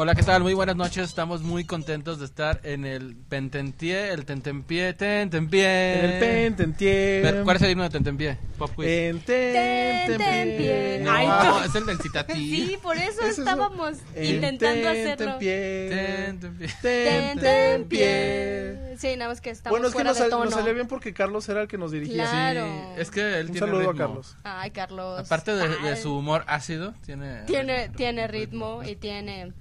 Hola, ¿qué tal? Muy buenas noches. Estamos muy contentos de estar en el Pententie, el Tentempié, Tentempié. El pen, Eh, ten, tiem. Pero, ¿Cuál es el himno de Tentempié? Pop quiz. En ten, Ten, ten, ten, pie. pie. no, Ay, no. es el del citativo. Sí, por eso, Eso es lo- estábamos En intentando ten, hacerlo. ten, pie. Tentempié. Ten, ten, pie. Sí, nada más que estamos Bueno, es que fuera nos, de sal- nos tono. salió bien porque Carlos era el que nos dirigía. Claro. Sí, es que él Un tiene saludo a ritmo. Carlos. Ay, Carlos. Aparte de, de Ay, su humor ácido, tiene... Tiene, tiene ritmo y tiene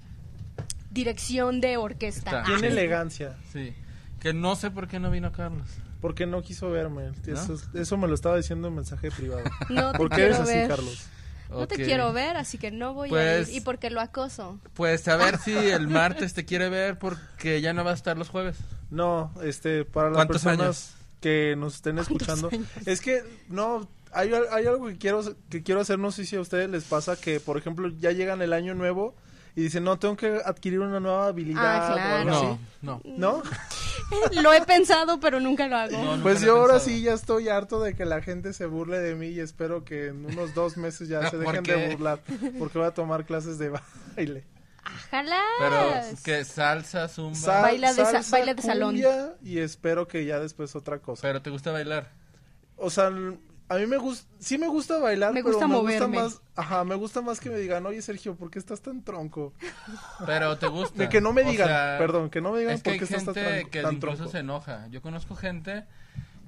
dirección de orquesta. Está. Tiene Ah. elegancia. Sí. Que no sé por qué no vino Carlos. Porque no quiso verme. Eso, eso me lo estaba diciendo en mensaje privado. No te ¿Por qué quiero eres así, ver. Carlos? No te Ok. quiero ver, así que no voy Pues- a ir. Y porque lo acoso. Pues a ver si el martes te quiere ver porque ya no va a estar los jueves. No, este, para las ¿Cuántos personas años? que nos estén escuchando. Es que, no, hay, al- hay algo que quiero, que quiero hacer, no sé si a ustedes les pasa que, por ejemplo, ya llegan el año nuevo y dicen, no, tengo que adquirir una nueva habilidad Ah, o algo claro. No, así. no. ¿No? Lo he pensado, pero nunca lo hago. No, nunca Pues lo he yo ahora pensado. sí ya estoy harto de que la gente se burle de mí y espero que en unos dos meses ya No, se ¿por dejen qué? de burlar porque voy a tomar clases de baile. Ojalá. Pero que salsa, zumba. Sa- Baila de sa- baile de salón. cumbia, y espero que ya después otra cosa. Pero te gusta bailar. O sea, a mí me gusta, sí me gusta bailar, Me pero gusta me moverme. gusta más, ajá, me gusta más que me digan, oye Sergio, ¿por qué estás tan tronco? Pero te gusta. De que no me O digan, sea, perdón, que no me digan Es que por hay qué estás gente tan, tran- que tan incluso tronco. se enoja. Yo conozco gente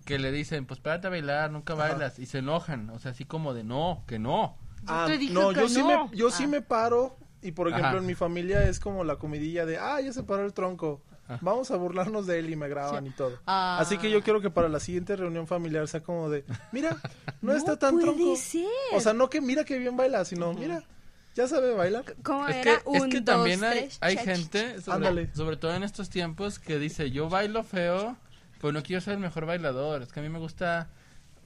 que le dicen, pues párate a bailar, nunca bailas. Y se enojan. O sea, así como de no, que no. Ah, te dije no, que yo sí no. me, yo sí Ah. me paro y por ejemplo Ajá. en mi familia es como la comidilla de, ah, ya se paró el tronco. Ah. Vamos a burlarnos de él y me graban y todo. Ah. Así que yo quiero que para la siguiente reunión familiar sea como de, mira, no, está tan puede tronco. ser. O sea, no que mira que bien baila, sino mira, ya sabe bailar. ¿Cómo Es que, era? es que Un, también dos, hay, tres, hay cha, cha, gente, sobre, Ándale. sobre todo en estos tiempos, que dice, yo bailo feo, pero no quiero ser el mejor bailador. Es que a mí me gusta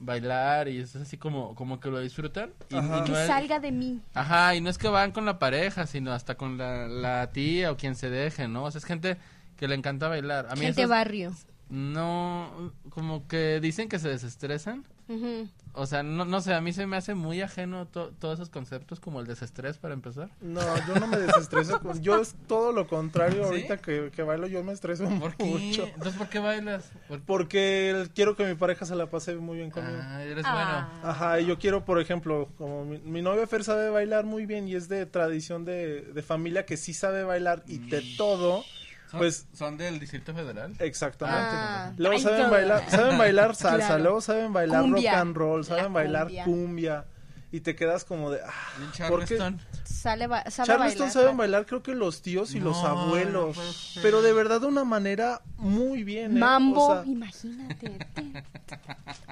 bailar y es así como, como que lo disfrutan. Y, y Ajá. no Que es- salga de mí. Ajá, y no es que van con la pareja, sino hasta con la, la tía o quien se deje, ¿no? O sea, es gente que le encanta bailar. A mí Gente esos barrio. no, como que dicen que se desestresan. Ujú. O sea, no, no sé, a mí se me hace muy ajeno to- todos esos conceptos como el desestrés para empezar. No, yo no me desestreso. con- Yo es todo lo contrario. Ahorita que, que bailo, yo me estreso ¿Por qué? mucho. Entonces, ¿por qué bailas? ¿Por qué? Porque el- quiero que mi pareja se la pase muy bien conmigo. Ah, eres Ah. Ajá, y yo quiero, por ejemplo, como mi, mi novia Fer sabe bailar muy bien y es de tradición de, de familia que sí sabe bailar y de todo, bueno. Son- pues eh, son del Distrito Federal. exactamente. Ah. luego Ay, saben todo. bailar, saben bailar salsa, Claro. luego saben bailar rock Cumbia. and roll, saben La bailar cumbia. cumbia. y te quedas como de ah, Y en ¿por qué? Charleston. Sale ba- sabe Charleston bailar. saben bailar creo que los tíos y los No, abuelos, no puede ser. pero de verdad de una manera muy bien. ¿eh? Mambo, O sea, imagínate.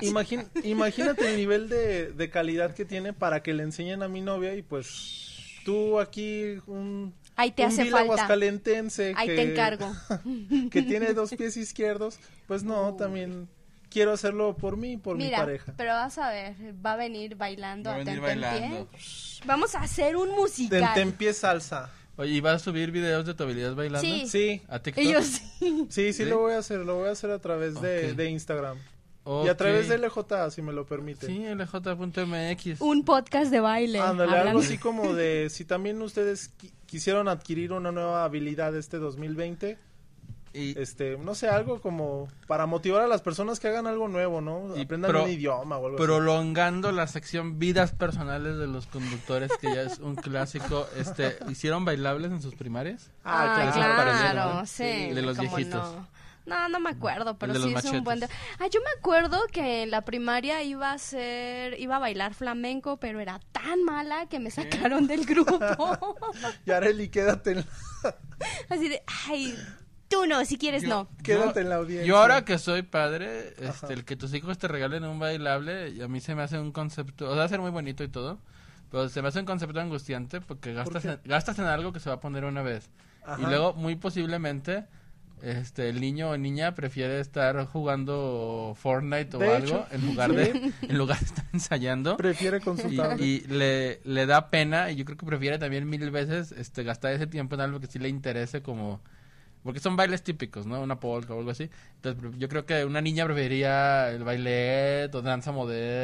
imagín- imagínate el nivel de, de calidad que tiene para que le enseñen a mi novia y pues tú aquí un... Ahí te un hace vil falta. aguascalentense Ahí que- te encargo. que tiene dos pies izquierdos, pues no, también quiero hacerlo por mí y por mi Mira, pareja. pero vas a ver, va a venir bailando Va a a venir Tentempié. bailando. Shh, Vamos a hacer un musical. Tentempié salsa. Oye, ¿y vas a subir videos de tu habilidad bailando? Sí. Sí, ¿A TikTok? Ellos sí. sí, sí, ¿Sí? lo voy a hacer, lo voy a hacer a través de, Ok. de Instagram. Ok. Y a través de LJA, si me lo permite. Sí, lj.mx. Un podcast de baile. Ándale, algo Hablando- así como de si también ustedes qui- quisieron adquirir una nueva habilidad este 2020, Y, este, no sé, algo como para motivar a las personas que hagan algo nuevo, ¿no? Y Aprendan pro- un idioma o algo así. prolongando la sección vidas personales de los conductores que ya es un clásico este hicieron bailables en sus primarias Ah, Ah, claro. Paralelo, ¿no? claro, sí. Sí, de los cómo viejitos. No. no, no me acuerdo, pero de los sí es un buen... de- machetes. Ah, yo me acuerdo que en la primaria iba a ser... Iba a bailar flamenco, pero era tan mala que me sacaron del grupo. Yareli, quédate en la- Así de, ay, Tú no, si quieres Yo- no. Quédate yo- en la audiencia. Yo ahora que soy padre, este, Ajá. el que tus hijos te regalen un bailable, y a mí se me hace un concepto, o sea, va a ser muy bonito y todo, pero se me hace un concepto angustiante porque gastas, qué? en, gastas en algo que se va a poner una vez. Y Ajá. luego, muy posiblemente, este, el niño o niña prefiere estar jugando Fortnite o De algo hecho, en lugar de en lugar de estar ensayando. Prefiere Y, consultar. y le, le da pena y yo creo que prefiere también mil veces este gastar ese tiempo en algo que sí le interese como porque son bailes típicos, ¿no? Una polka o algo así. Entonces, pre- yo creo que una niña preferiría el ballet o danza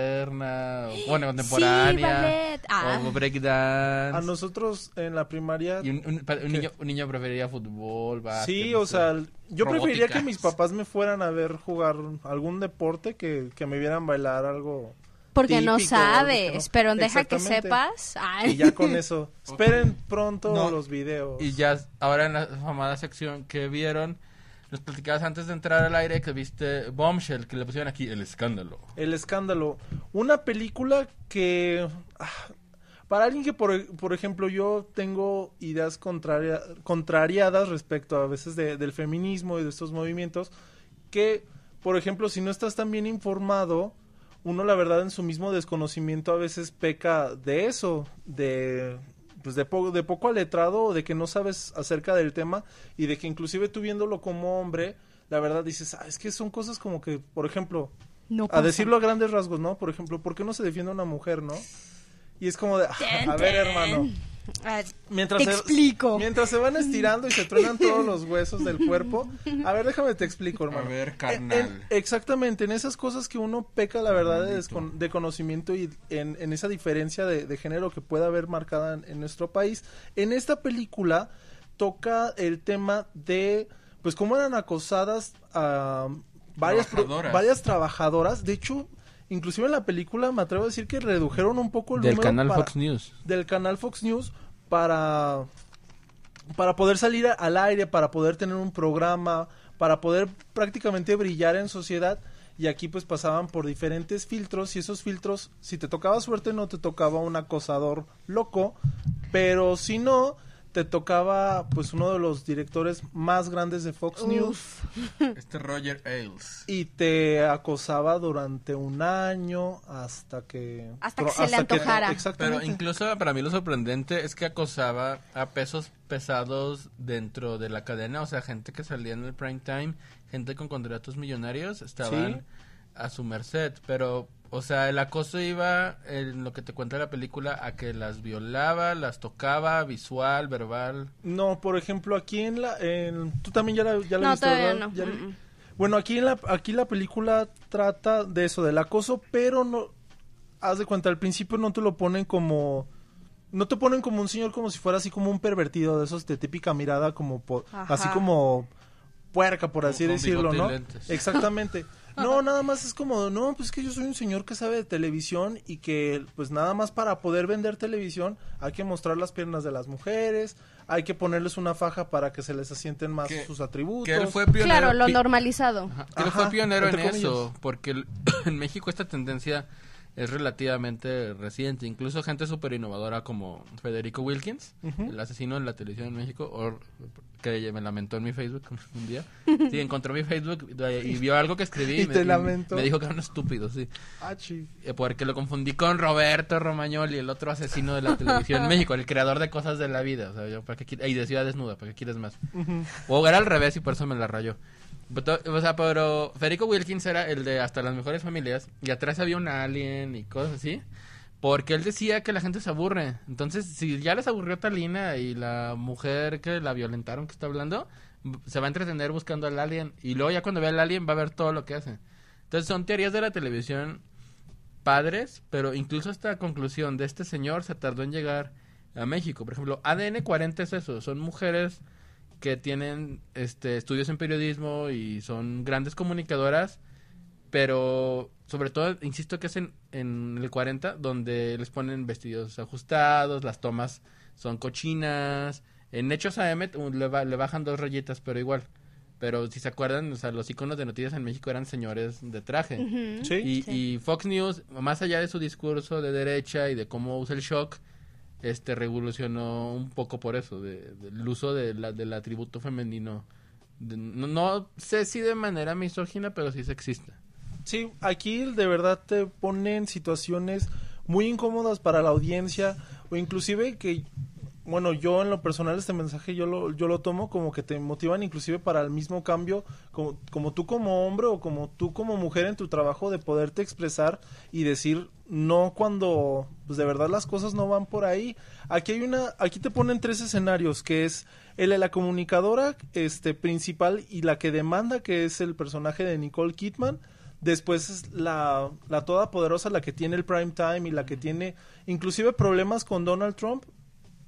moderna, o, bueno, contemporánea, ballet. Ah. o breakdance. A nosotros en la primaria. Y un, un- pa- un niño, un niño preferiría fútbol, básquet, Sí, no o sé. sea, el- yo preferiría Robótica. que mis papás me fueran a ver jugar algún deporte que, que me vieran bailar algo. Porque no típico, algo que sabes, no- pero deja que Exactamente. sepas. Ay. Y ya con eso. Esperen pronto No. los videos. Y ya ahora en la famada sección que vieron, nos platicabas antes de entrar al aire que viste Bombshell, que le pusieron aquí el escándalo. El escándalo. Una película que... ah, Para alguien que, por, por ejemplo, yo tengo ideas contraria- contrariadas respecto a veces de- del feminismo y de estos movimientos, que, por ejemplo, si no estás tan bien informado, uno la verdad en su mismo desconocimiento a veces peca de eso, de pues de, po- de poco aletrado o de que no sabes acerca del tema y de que inclusive tú viéndolo como hombre, la verdad dices, ah, es que son cosas como que, por ejemplo, No a pasa. decirlo a grandes rasgos, ¿no? Por ejemplo, ¿por qué no se defiende a una mujer, no? Y es como de, "Ah, a ver, hermano, Ah, mientras Te se, explico. mientras se van estirando y se truenan todos los huesos del cuerpo, a ver, déjame te explico, hermano. A ver, En- carnal. en- exactamente, en esas cosas que uno peca, la verdad, de, descon- de conocimiento y en, en esa diferencia de, de género que puede haber marcada en, en nuestro país, en esta película toca el tema de, pues, cómo eran acosadas a varias, pro- Trabajadoras. varias trabajadoras. De hecho, inclusive en la película me atrevo a decir que redujeron un poco el Del número canal para- Fox News. del canal Fox News para, para poder salir a- al aire, para poder tener un programa, para poder prácticamente brillar en sociedad. Y aquí pues pasaban por diferentes filtros y esos filtros, si te tocaba suerte no te tocaba un acosador loco, pero si no, te tocaba pues uno de los directores más grandes de Fox News uf. Este Roger Ailes. y te acosaba durante un año hasta que... Hasta que se le antojara. exactamente. Pero incluso para mí lo sorprendente es que acosaba a pesos pesados dentro de la cadena, o sea, gente que salía en el prime time, gente con contratos millonarios, estaban Sí. a su merced, pero, o sea, el acoso iba, en lo que te cuenta la película, a que las violaba, las tocaba, visual, verbal. No, por ejemplo, aquí en la... En, Tú también ya la, ya la No, viste, todavía ¿verdad? no. Ya la- Mm, mm. Bueno, aquí, en la, aquí la película trata de eso, del acoso, pero no... Haz de cuenta, al principio no te lo ponen como... No te ponen como un señor como si fuera así como un pervertido de esos de típica mirada como... po- Ajá. así como puerca, por así con decirlo, bigote y ¿no? lentes. Exactamente. No, nada más es como, no, pues que yo soy un señor que sabe de televisión y que pues nada más para poder vender televisión hay que mostrar las piernas de las mujeres, hay que ponerles una faja para que se les asienten más Que- sus atributos. Que él fue pionero. Claro, lo pi- normalizado. Ajá, que él Ajá, fue pionero en entre eso, porque el- en México esta tendencia es relativamente reciente. Incluso gente súper innovadora como Federico Wilkins, el asesino en la televisión en México, or- que me lamentó en mi Facebook un día. Sí, encontró mi Facebook eh, y vio algo que escribí Y me, te lamentó. me dijo que era un estúpido, sí. Ah, chi. Eh, Porque lo confundí con Roberto Romagnoli, el otro asesino de la televisión en México, el creador de cosas de la vida. O sea, yo, ¿para qué qui- y de Ciudad Desnuda, ¿para qué quieres más? O era al revés y por eso me la rayó. Pero to- O sea, pero Federico Wilkins era el de Hasta las Mejores Familias y atrás había un alien y cosas así. Porque él decía que la gente se aburre. Entonces, si ya les aburrió Talina y la mujer que la violentaron que está hablando, m- se va a entretener buscando al alien. Y luego ya cuando vea al alien va a ver todo lo que hace. Entonces, son teorías de la televisión padres, pero incluso esta conclusión de este señor se tardó en llegar a México. Por ejemplo, ADN 40 es eso, son mujeres que tienen este, estudios en periodismo y son grandes comunicadoras, pero sobre todo, insisto que es en, en el 40, donde les ponen vestidos ajustados, las tomas son cochinas. En Hechos AM uh, le, ba- le bajan dos rayitas, pero igual. Pero si se acuerdan, o sea, los iconos de noticias en México eran señores de traje. Sí. Y, y Fox News, más allá de su discurso de derecha y de cómo usa el shock, este revolucionó un poco por eso, de- del uso de la, del atributo femenino de- no, no sé si de manera misógina, pero sí sexista. Sí, aquí de verdad te ponen situaciones muy incómodas para la audiencia o inclusive que, bueno, yo en lo personal este mensaje yo lo, yo lo tomo como que te motivan inclusive para el mismo cambio, como, como tú como hombre o como tú como mujer en tu trabajo de poderte expresar y decir no cuando pues de verdad las cosas no van por ahí. Aquí hay una, aquí te ponen tres escenarios que es el de la comunicadora este principal y la que demanda que es el personaje de Nicole Kidman. Después es la, la todopoderosa, la que tiene el prime time y la que tiene inclusive problemas con Donald Trump.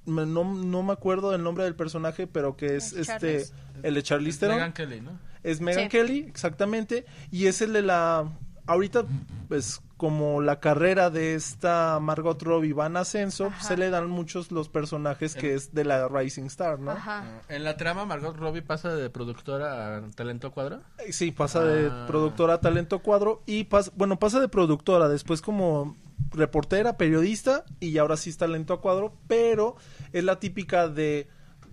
Me- No, no me acuerdo del nombre del personaje, pero que es Es este Charles. el de Charlize Theron. Megyn Kelly, ¿no? Es Megan Sí. Kelly, exactamente. Y es el de la. Ahorita, pues, como la carrera de esta Margot Robbie va en ascenso, Ajá. se le dan muchos los personajes que es de la Rising Star, ¿no? Ajá. En la trama, Margot Robbie pasa de productora a talento cuadro. Eh, Sí, pasa de Ah. productora a talento cuadro y pasa, bueno, pasa de productora, después como reportera, periodista y ahora sí es talento a cuadro, pero es la típica de,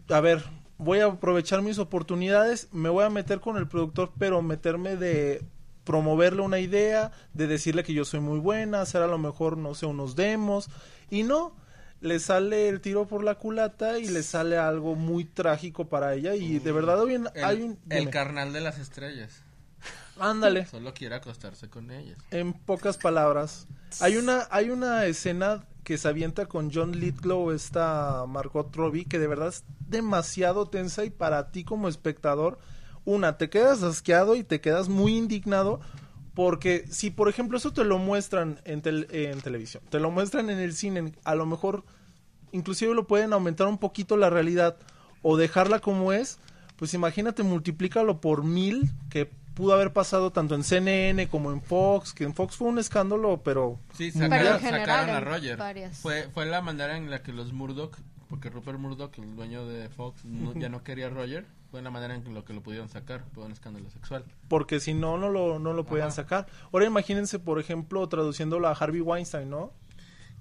a ver, voy a aprovechar mis oportunidades, me voy a meter con el productor, pero meterme de promoverle una idea, de decirle que yo soy muy buena, hacer a lo mejor, no sé, unos demos y no. Le sale el tiro por la culata y le sale algo muy trágico para ella. Y de verdad, hay un. hay un- dime. carnal de las estrellas. Ándale. Solo quiere acostarse con ellas. En pocas palabras, hay una, hay una escena que se avienta con John Lithgow, esta Margot Robbie, que de verdad es demasiado tensa y para ti como espectador, una, te quedas asqueado y te quedas muy indignado porque si, por ejemplo, eso te lo muestran en, tel- en televisión, te lo muestran en el cine, a lo mejor inclusive lo pueden aumentar un poquito la realidad o dejarla como es, pues imagínate, multiplícalo por mil que pudo haber pasado tanto en CNN como en Fox, que en Fox fue un escándalo, pero... Sí, Pero sacaron, en general sacaron a en Roger. varias. Fue, fue la manera en la que los Murdoch, porque Rupert Murdoch, el dueño de Fox, no- ya no quería a Roger. Fue la manera en la que lo pudieron sacar por un escándalo sexual. Porque si no, no lo, no lo podían Ajá. sacar. Ahora imagínense, por ejemplo, traduciéndolo a Harvey Weinstein, ¿no?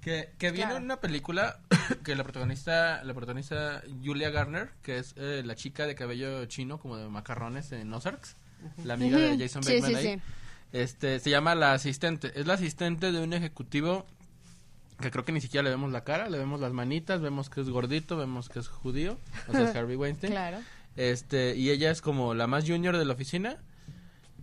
Que, que viene Claro. una película que la protagonista, la protagonista Julia Garner, que es eh, la chica de cabello chino, como de macarrones en Ozarks, la amiga de Ujú. Jason Sí, Bateman sí, ahí. ¿eh? sí. Este, se llama La Asistente. Es la asistente de un ejecutivo que creo que ni siquiera le vemos la cara, le vemos las manitas, vemos que es gordito, vemos que es judío, o sea, es Harvey Weinstein. Claro. Este, y ella es como la más junior de la oficina.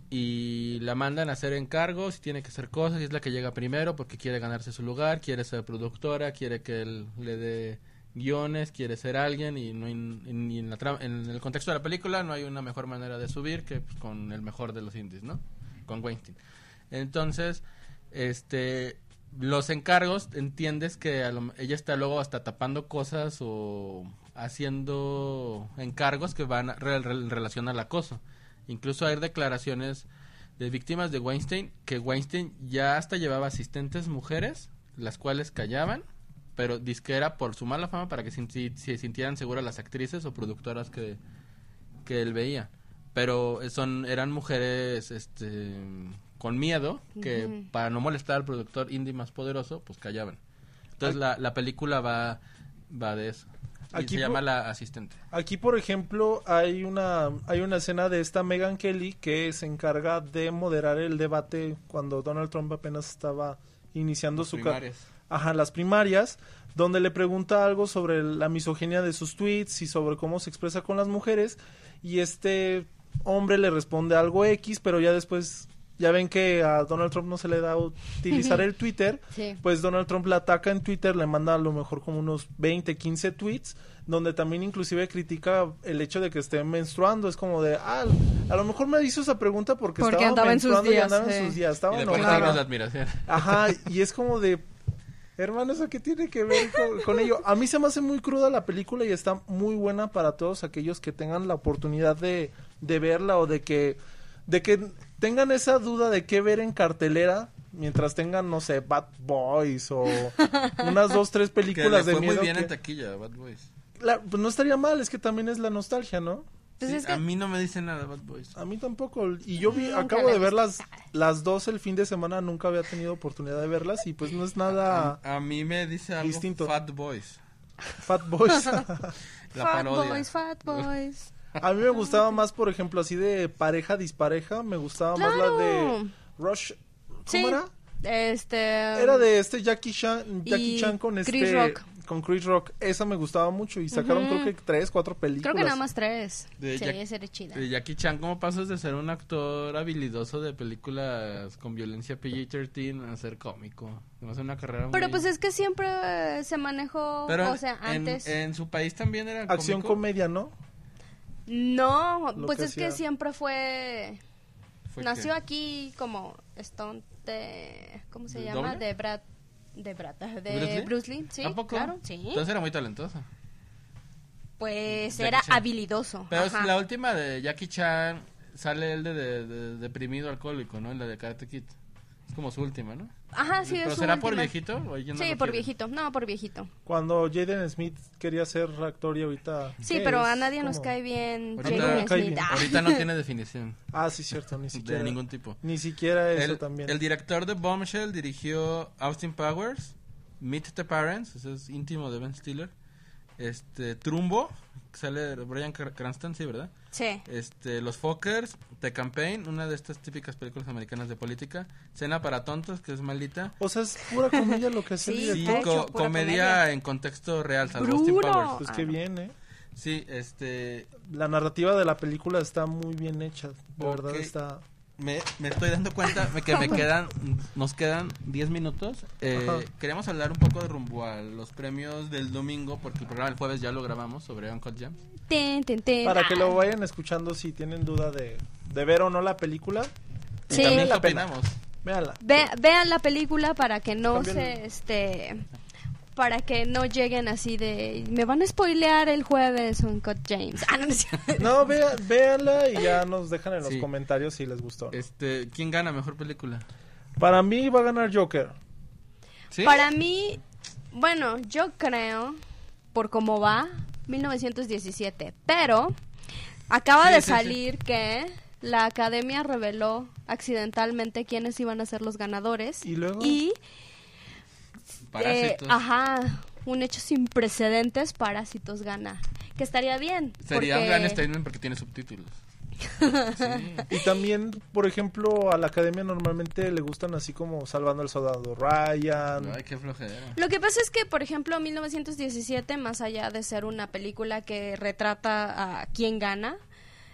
Y la mandan a hacer encargos y tiene que hacer cosas. Y es la que llega primero porque quiere ganarse su lugar, quiere ser productora, quiere que él le dé guiones, quiere ser alguien. Y, no hay- en, y en la tra- en el contexto de la película no hay una mejor manera de subir que pues, con el mejor de los indies, ¿no? Con Weinstein. Entonces, este, los encargos, entiendes que a lo- ella está luego hasta tapando cosas o haciendo encargos que van a- re- re- en relación al acoso. Incluso hay declaraciones de víctimas de Weinstein que Weinstein ya hasta llevaba asistentes mujeres, las cuales callaban, pero dizque era por su mala fama para que sin- si- se sintieran seguras las actrices o productoras que, que él veía. Pero son, eran mujeres este, con miedo, que Ujú. para no molestar al productor indie más poderoso, pues callaban. Entonces la, la película va, va de eso. Y Aquí se llama pu- La Asistente. Aquí, por ejemplo, hay una, hay una escena de esta Megan Kelly que se encarga de moderar el debate cuando Donald Trump apenas estaba iniciando su ca- Primarias. Ajá, las primarias, donde le pregunta algo sobre la misoginia de sus tweets y sobre cómo se expresa con las mujeres. Y este hombre le responde algo X, pero ya después, ya ven que a Donald Trump no se le da utilizar el Twitter. Sí. Pues Donald Trump la ataca en Twitter, le manda a lo mejor como unos 20, 15 tweets, donde también inclusive critica el hecho de que esté menstruando. Es como de, ah, a lo mejor me hizo esa pregunta porque, Porque estaba andaba en sus menstruando y días, andaba en sí. sus días. Y Estaba le pone enojada. signos de admiración. Ajá, y es como de, hermano, ¿eso qué tiene que ver con, con ello? A mí se me hace muy cruda la película y está muy buena para todos aquellos que tengan la oportunidad de, de verla o de que, de que tengan esa duda de qué ver en cartelera mientras tengan, no sé, Bad Boys o unas dos, tres Que le películas de fue muy miedo. bien en que- taquilla, Bad Boys. La- pues no estaría mal, es que también es la nostalgia, ¿no? Pues Sí, es que- A mí no me dice nada Bad Boys. A mí tampoco. Y yo vi, Mm, Nunca acabo la de he ver visto. las, las dos el fin de semana, nunca había tenido oportunidad de verlas y pues no es nada A, a mí me dice algo Distinto. Fat Boys. Fat Boys. La fat parodia. boys, fat boys. A mí me gustaba más, por ejemplo, así de pareja dispareja, me gustaba más la de Claro. Rush. ¿Cómo Sí. era? Este. Era de este Jackie Chan, Jackie Y Chan con este Chris Rock. con Chris Rock. Esa me gustaba mucho y sacaron creo que tres, cuatro películas. Creo que nada más tres. De sí, Jack- esa era chida. Y Jackie Chan, ¿cómo pasas de ser un actor habilidoso de películas con violencia PG-13 a ser cómico? Se me hace una carrera Pero muy- pues es que siempre eh, se manejó, Pero o sea, en- antes. En, su país también era Acción cómico. comedia, ¿no? no, Lo pues que es que hacía. siempre fue. Fue Nació que- aquí como Stone de. ¿Cómo se ¿De llama? doble? De Brad. De Brad. De ¿Bruce Lee? Bruce Lee. Sí, ¿A poco? claro. Sí. Entonces era muy talentosa. pues Jackie era Chan. habilidoso. Pero ajá. es la última de Jackie Chan sale él de, de- de- deprimido alcohólico, ¿no? En la de Karate Kid. Es como su última, ¿no? Ajá, Ah, sí, ¿Pero es su será por última. viejito? o alguien más Sí, lo por quiere? viejito. No, por viejito. Cuando Jaden Smith quería ser actor y ahorita Sí, ¿qué pero es? a nadie nos ¿Cómo? cae bien. Ahorita- Jaden No, cae Smith. bien. Ah. Ahorita no tiene definición Ah, sí, cierto, ni siquiera de ningún tipo. Ni siquiera eso el, también. el director de Bombshell dirigió Austin Powers, Meet the Parents, ese es íntimo de Ben Stiller, este Trumbo, que sale Brian Cr- Cranston, sí, ¿verdad? Sí. Este, Los Fockers, The Campaign, una de estas típicas películas americanas de política, Cena para tontos, que es malita. O sea, es pura comedia lo que hace Sí, el Sí, director. ha hecho co- pura comedia, comedia. en contexto real, salvo Duro. Austin Powers. Pues Ah, qué no. bien, ¿eh? Sí, este, La narrativa de la película está muy bien hecha. De verdad Ok. está... Me, me estoy dando cuenta me- que me quedan, nos quedan 10 minutos. Eh, Ajá. queremos hablar un poco de rumbo a los premios del domingo, porque el programa del jueves ya lo grabamos sobre Uncut Jam. Ten, ten, ten. Para que lo Ah. vayan escuchando si tienen duda de, de ver o no la película, Y Sí. también qué Vale la pena. opinamos. véanla. Ve- vean la película para que no También- se este para que no lleguen así de me van a spoilear el jueves un Cut James. Ah, no, no es cierto. No, vea- véanla y ya nos dejan en los Sí. comentarios si les gustó. o no. Este, ¿Quién gana mejor película? Para mí va a ganar Joker. ¿Sí? Para mí, bueno, yo creo por cómo va 1917, pero acaba Sí, de sí, sí. salir que la Academia reveló accidentalmente quiénes iban a ser los ganadores ¿Y luego? y Parásitos. Eh, ajá, un hecho sin precedentes, Parásitos gana. Que estaría bien. Sería porque- un gran statement porque tiene subtítulos. Sí. Y también, por ejemplo, a la academia normalmente le gustan así como Salvando al Soldado Ryan. Ay, qué flojera. Lo que pasa es que, por ejemplo, 1917, más allá de ser una película que retrata a quién gana,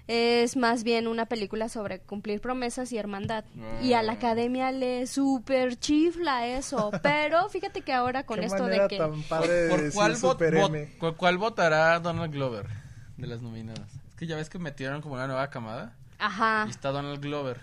es más bien una película sobre cumplir promesas y hermandad. Y a la Ah. academia le super chifla eso. Pero fíjate que ahora con Qué esto manera de que. tan padre de ¿Por decir cuál, vot- Super vot- M. cu- cuál votará Donald Glover de las nominadas? Es que ya ves que metieron como una nueva camada Ajá. y está Donald Glover.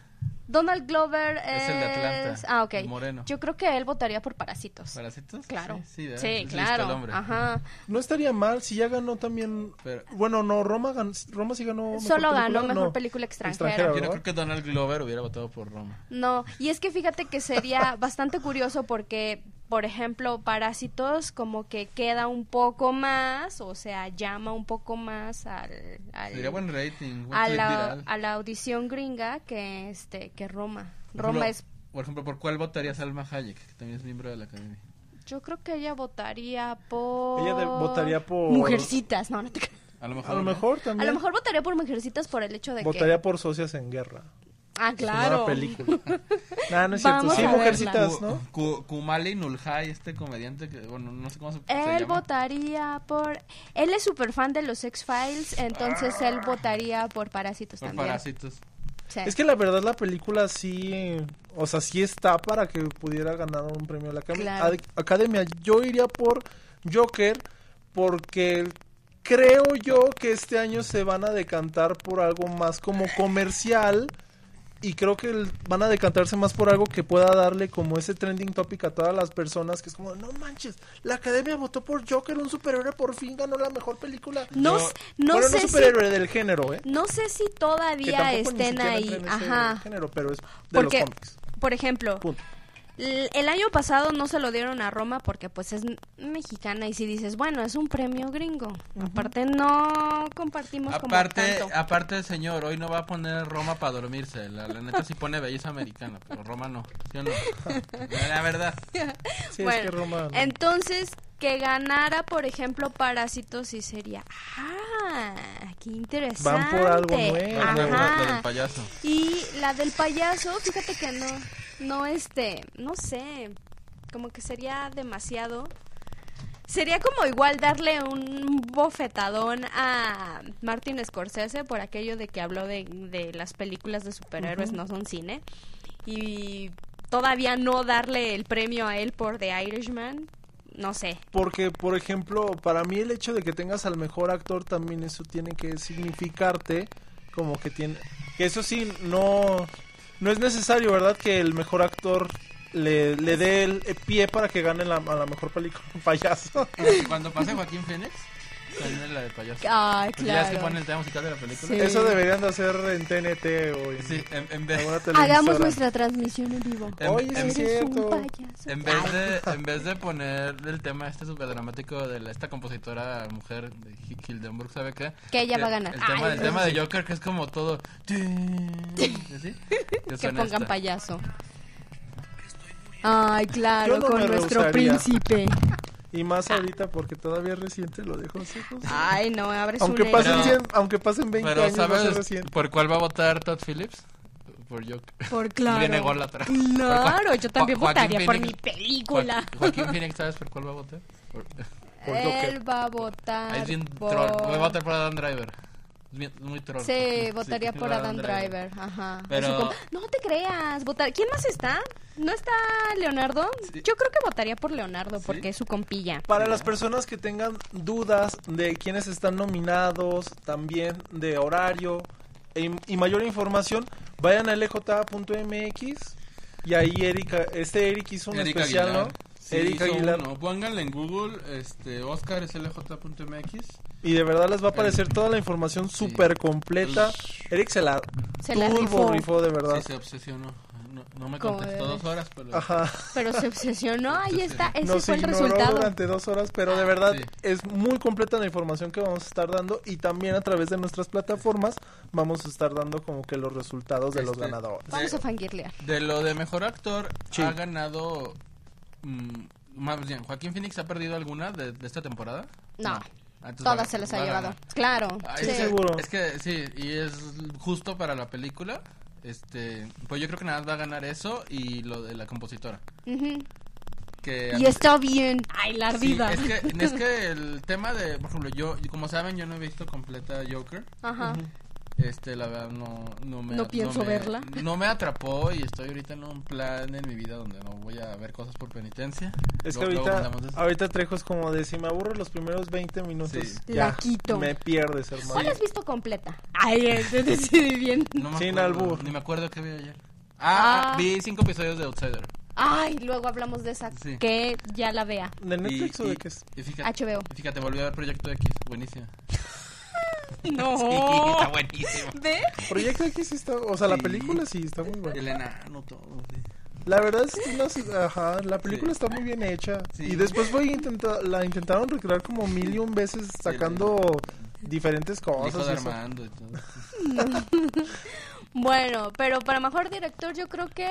Donald Glover es. Es el de Atlanta, ah, ok. el moreno. Yo creo que él votaría por Parásitos. ¿Parásitos? Claro. Sí, sí, Sí, ¿verdad? Es listo claro. el hombre. Ajá. No estaría mal si ya ganó también. Pero- Bueno, no, Roma, gan- Roma sí ganó. mejor Solo ganó película, mejor no. película extranjera. Extranjera, Yo no ¿verdad? creo que Donald Glover hubiera votado por Roma. No, y es que fíjate que sería bastante curioso porque, por ejemplo, Parásitos como que queda un poco más, o sea, llama un poco más al, al- Sería buen rating, buen a, clip la, viral. a la audición gringa que este que Roma. Por Roma es, ejemplo, Por ejemplo, ¿por cuál votaría Salma Hayek? Que también es miembro de la academia. yo creo que ella votaría por... Ella de- votaría por- Mujercitas, no, no te creas. A lo mejor. ¿eh? A lo ¿no? mejor A también. lo mejor votaría por Mujercitas por el hecho de Votaría por Socias en Guerra. que... Ah, Una claro. película. Nah, no es Vamos cierto. a Sí, mujercitas, Ku- ¿no? Ku- Kumali Nulhai, este comediante que, bueno, no sé cómo se, se Él llama. votaría por... Él es súper fan de los X-Files, entonces él votaría por Parásitos Por también. parásitos. Sí. Ah. Es que la verdad la película sí, o sea, sí está para que pudiera ganar un premio a la Academia. Claro. Ad- Academia. Yo iría por Joker porque creo yo que este año se van a decantar por algo más como comercial y creo que el- van a decantarse más por algo que pueda darle como ese trending topic a todas las personas que es como, no manches, la Academia votó por Joker, un superhéroe por fin ganó la mejor película. No, Yo- s- no bueno, sé no si... superhéroe del género, ¿eh? No sé si que todavía tampoco ni estén siquiera ahí. entra en ese Ajá. género, pero es de Porque, los cómics. por ejemplo, Punto. l- el año pasado no se lo dieron a Roma porque pues es n- mexicana y si dices, bueno, es un premio gringo. Aparte no compartimos Aparte, como ah, tanto. aparte, señor, hoy no va a poner Roma para dormirse. La, la neta sí pone belleza americana, pero Roma no. ¿Sí o no? La verdad. Sí, es Bueno, que Roma. no. Entonces, que ganara, por ejemplo, Parásitos y sería, ah, qué interesante. Van por algo nuevo. La, Ajá. la- la del payaso. Y la del payaso, fíjate que no, no este, no sé, como que sería demasiado. Sería como igual darle un bofetadón a Martin Scorsese por aquello de que habló de, de las películas de superhéroes no son cine. Y todavía no darle el premio a él por The Irishman. No sé. Porque, por ejemplo, para mí el hecho de que tengas al mejor actor también eso tiene que significarte como que tiene... Que eso sí, no, no es necesario, ¿verdad? Que el mejor actor le, le dé el pie para que gane la, a la mejor película payaso. Cuando pase Joaquín Phoenix, sale la del payaso. Ah, Pues Ya es que ponen el tema musical de la película. Sí. Eso deberían de hacer en TNT o en Sí, en, en vez, alguna televisora. Hagamos nuestra transmisión en vivo. en- Oye, sí en- es cierto. payaso. en vez de en vez de poner el tema este super dramático de la- esta compositora mujer de Hi- Hildenburg, ¿sabe qué? Que ella va a ganar. El tema, Ay, el sí. tema de Joker que es como todo ¿sí? Que pongan payaso. Ay, claro, Yo no con me nuestro rehusaría. príncipe. Y Ah. más ahorita porque todavía es reciente lo pues. de José José. Ay, no, abres Aunque un pasen, Pero- héroe. 100 aunque pasen 20 Pero años va a ser ¿sabes reciente. por cuál va a votar Todd Phillips? Por Joker. Por claro. Viene gol atrás. Claro, yo también Jo- Joaquín votaría por mi Phoenix. película. Joaqu- Joaquín Phoenix, ¿sabes por cuál va a votar? Por- Por Joker. Él va a votar. Ahí es bien por- troll. Voy a votar por Adam Driver. Es bien- muy troll. Sí, votaría por va Adam Driver. Ajá. Pero- Así como, No te creas. Votar... ¿Quién más está? ¿No está Leonardo? Yo creo que votaría por Leonardo porque es su compilla. Para las personas que tengan dudas de quiénes están nominados, también de horario e- y mayor información, vayan a lj.mx y ahí Erika, este Eric hizo un Eric especial, Aguilar. ¿no? Sí, Eric hizo Aguilar. uno. Pónganle en Google este, oscarslj.mx. Y de verdad les va a aparecer toda la información súper completa. Eric se la, Se la turbo rifó. de verdad. Pues Sí, se obsesionó. No, no me Como contestó debe. dos horas, pero... Ajá. Pero se obsesionó. Ahí está. Ese Nos fue el ignoró resultado. durante dos horas, pero de verdad Ah, Sí. es muy completa la información que vamos a estar dando y también a través de nuestras plataformas vamos a estar dando como que los resultados de los Este, ganadores. Vamos de- a fangirlear. De lo de mejor actor, Sí. ha ganado... mm, más bien, ¿Joaquín Phoenix ha perdido alguna de, de esta temporada? No. Ah, entonces va- Todas se las va ha a llevado. ganar. Claro. Ah, sí. es, que- seguro. es que sí, y es justo para la película. Este, pues yo creo que nada más va a ganar eso y lo de la compositora. Ujú. Que Y está bien. Ay, la Sí, ardida. es, que, es que el tema de, por ejemplo, yo, y como saben, yo no he visto completa Joker. Ajá. Este, la verdad, no, no me... No pienso me- verla. No me atrapó y estoy ahorita en un plan en mi vida donde no voy a ver cosas por penitencia. Es que Luego- luego ahorita, hablamos de eso. ahorita Trejo es como de si me aburro los primeros 20 minutos, Sí. ya, La quito. me pierdes, ¿Cuál hermano. has visto completa? Ay, este decidí bien. No me Sin acuerdo, albur. Ni me acuerdo qué vi ayer. Ah, Ah. vi cinco episodios de Outsider. Ay, luego hablamos de esa Sí. que ya la vea. ¿De Netflix Y- o de y- qué es? y fíjate, HBO. y fíjate, volví a ver Proyecto X. Buenísimo. No. Sí, está buenísimo. ¿Ve? Proyecto X sí está, o sea, la Sí. película sí está muy buena. El enano, todo. sí. La verdad es que las- ajá, la película está muy bien hecha. Sí. Y después fue intenta- la intentaron recrear como mil y un veces sacando diferentes El cosas. hijo de y eso. Armando y todo. Bueno, pero para mejor director yo creo que...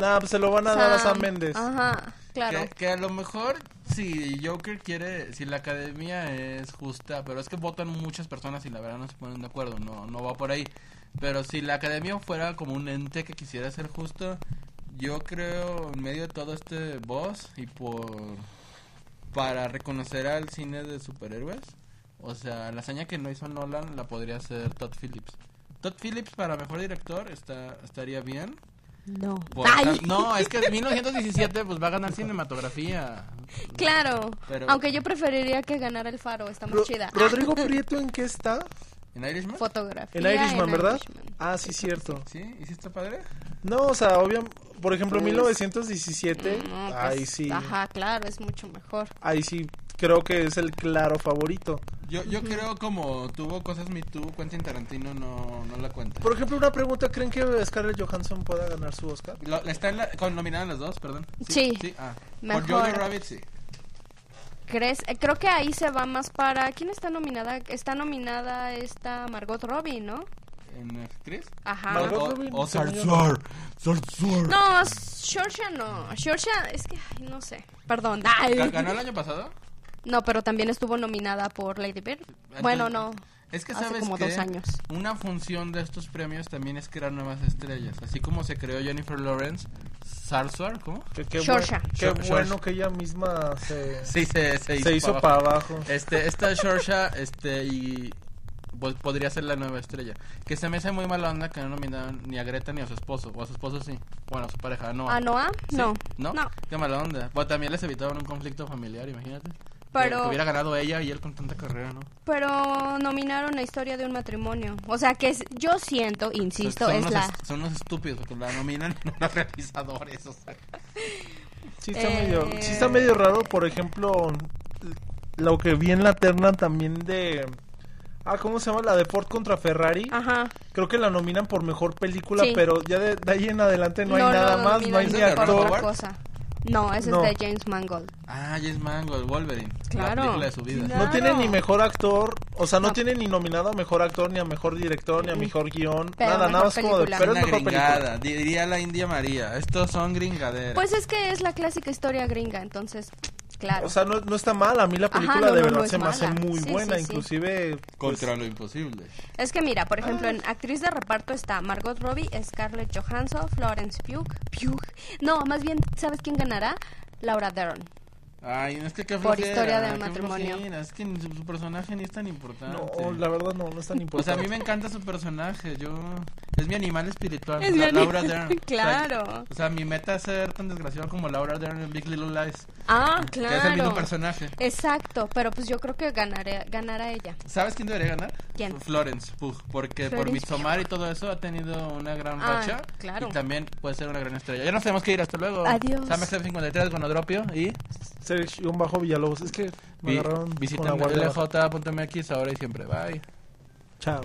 Nah, pues se lo van a dar a Sam Méndez. Ajá, claro. Que, que a lo mejor si Joker quiere, si la academia es justa, pero es que votan muchas personas y la verdad no se ponen de acuerdo, no, no va por ahí. Pero si la academia fuera como un ente que quisiera ser justo, yo creo en medio de todo este voz y por para reconocer al cine de superhéroes, o sea, la hazaña que no hizo Nolan la podría hacer Todd Phillips. Todd Phillips para mejor director está, estaría bien. No. Por- Ay, No, es que 1917 pues va a ganar cinematografía. claro. Pero- Aunque yo preferiría que ganara el faro, está más Ro- chida. Rodrigo Prieto, ¿en qué está? ¿En Irishman? Fotografía. En Irishman, ¿verdad? Irishman. Ah, sí, cierto. ¿Sí? ¿Hiciste padre? No, o sea, obvio, por ejemplo, Pues, 1917, No, pues, ahí sí, Ajá, claro, es mucho mejor. ahí sí creo que es el claro favorito. Yo, yo creo como tuvo cosas Me Too, Quentin Tarantino no, no la cuenta. Por ejemplo, una pregunta, ¿creen que Scarlett Johansson pueda ganar su Oscar? Lo- la están la- con, nominadas las dos, perdón. Sí. ah. Mejor. Por Jojo Rabbit sí. ¿Crees? Eh, creo que ahí se va más para... ¿Quién está nominada? Está nominada esta Margot Robbie, ¿no? ¿En actriz? Ajá. Margot O- Robbie, O, o según yo. Sarsor. Sarsor. No, Shorsha no. Shorsha, es que, ay, no sé. Perdón. Ay. Ga- ¿Ganó el año pasado? No, pero también estuvo nominada por Lady Bird. bueno, no. Es que Hace sabes como que dos años. una función de estos premios también es crear nuevas estrellas. Así como se creó Jennifer Lawrence, Sarswar, ¿cómo? Que qué Shorsha. buen- qué Shor- bueno Shor- que ella misma se, Sí, se, se hizo, se hizo pa' para abajo. abajo. Este, esta Shorsha, este, y pues, podría ser la nueva estrella. Que se me hace muy mala onda que no nominaron ni a Greta ni a su esposo. O a su esposo sí. Bueno, a su pareja, no. ¿A Noah? Sí. Ah, No. no. Qué mala onda. Bueno, también les evitaron un conflicto familiar, imagínate. Pero- Que, que hubiera ganado ella y él con tanta carrera, ¿no? Pero nominaron la historia de un matrimonio. O sea, que es- yo siento, insisto, son, es unos, la... est- son unos estúpidos porque la nominan y no los realizadores. O sea. Sí está, Eh. medio, sí está medio raro, por ejemplo, lo que vi en la terna también de... Ah, ¿cómo se llama? La de Ford contra Ferrari. Ajá. Creo que la nominan por mejor película, Ah. Sí. pero ya de, de ahí en adelante no, lo hay nada más, no nominan hay ni ¿Es de por Ron actor. otra Howard? cosa. No, ese No. es de James Mangold. Ah, James Mangold, Wolverine. Claro. La película de su vida. Claro. No tiene ni mejor actor, o sea, no, No. tiene ni nominado a mejor actor, ni a mejor director, ni a mejor guión, Pero nada, mejor nada más como de... película. Pero es Una mejor película. gringada. di- Diría la India María. Estos son gringaderas. Pues es que es la clásica historia gringa, entonces, claro. O sea, no, no está mal, a mí la Ajá, película no, de no, verdad no es se me hace mala. muy Sí, buena, sí, sí. inclusive... pues, Contra lo imposible. es que mira, por ejemplo, en actriz de reparto está Margot Robbie, Scarlett Johansson, Florence Pugh, Pugh. No, más bien, ¿sabes quién ganará? Laura Dern. Ay, no es que qué Por flojera, historia de un qué matrimonio. flojera, Es que ni su, su personaje ni es tan importante. no, la verdad no, no es tan O sea, importante. a mí me encanta su personaje. Yo es mi animal espiritual. Es o sea, mi Laura animal- Dern. Claro. O sea, o sea, mi meta es ser tan desgraciado como Laura Dern en Big Little Lies. Ah, Que es el mismo claro. personaje. Exacto, pero pues yo creo que ganaré, ganará ella. ¿Sabes quién debería ganar? ¿Quién? Florence Pugh, porque por Florence Midsommar y todo eso ha tenido una gran Ah, racha claro. y también puede ser una gran estrella. Ya nos tenemos que ir, hasta luego. Adiós. Sam 53 con Odropio y Sergio Bajo Villalobos, es que me vi- agarraron con la visiten guardia baja. lj.mx ahora y siempre. Bye. Chao.